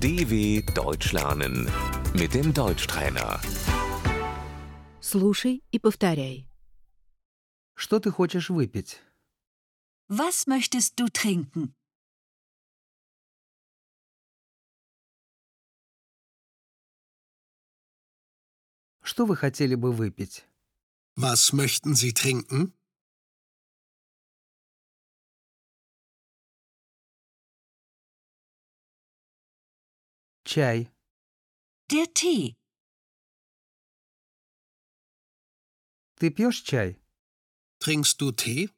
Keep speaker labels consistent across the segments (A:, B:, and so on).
A: DW Deutsch lernen mit dem Deutschtrainer.
B: Слушай и повторяй.
C: Что ты хочешь выпить?
D: Was möchtest du trinken?
C: Что вы хотели бы выпить?
E: Was möchten Sie trinken?
C: Чай,
D: Der Tee.
C: Ты пьешь чай?
E: Trinkst du Tee?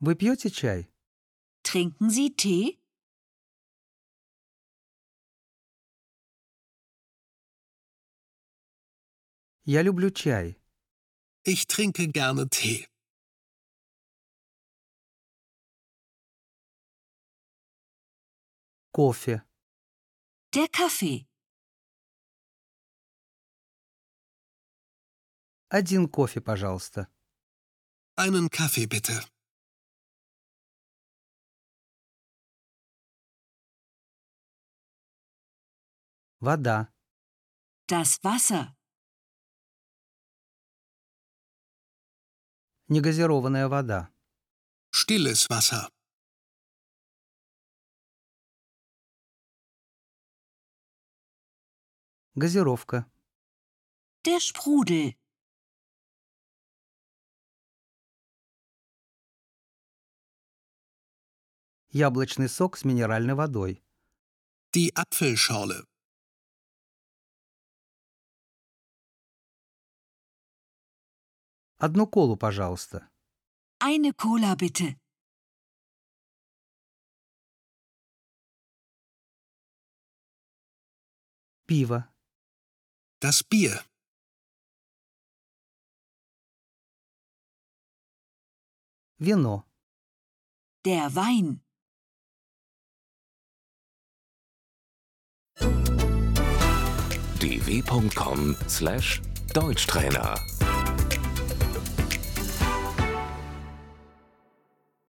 C: Вы пьете чай?
D: Trinken Sie Tee?
C: Я люблю чай.
E: Ich trinke gerne Tee.
C: Кофе,
D: Der Kaffee.
C: один кофе, пожалуйста.
E: Einen Kaffee bitte.
C: Вода,
D: Das Wasser.
C: негазированная вода.
E: Stilles Wasser.
C: Газировка,
D: Der Sprudel.
C: яблочный сок с минеральной водой.
E: Die Apfelschorle.
C: Одну колу, пожалуйста.
D: Eine Cola bitte.
C: Пиво,
E: Das Bier.
C: вино,
D: Der Wein.
A: dw.com/deutschtrainer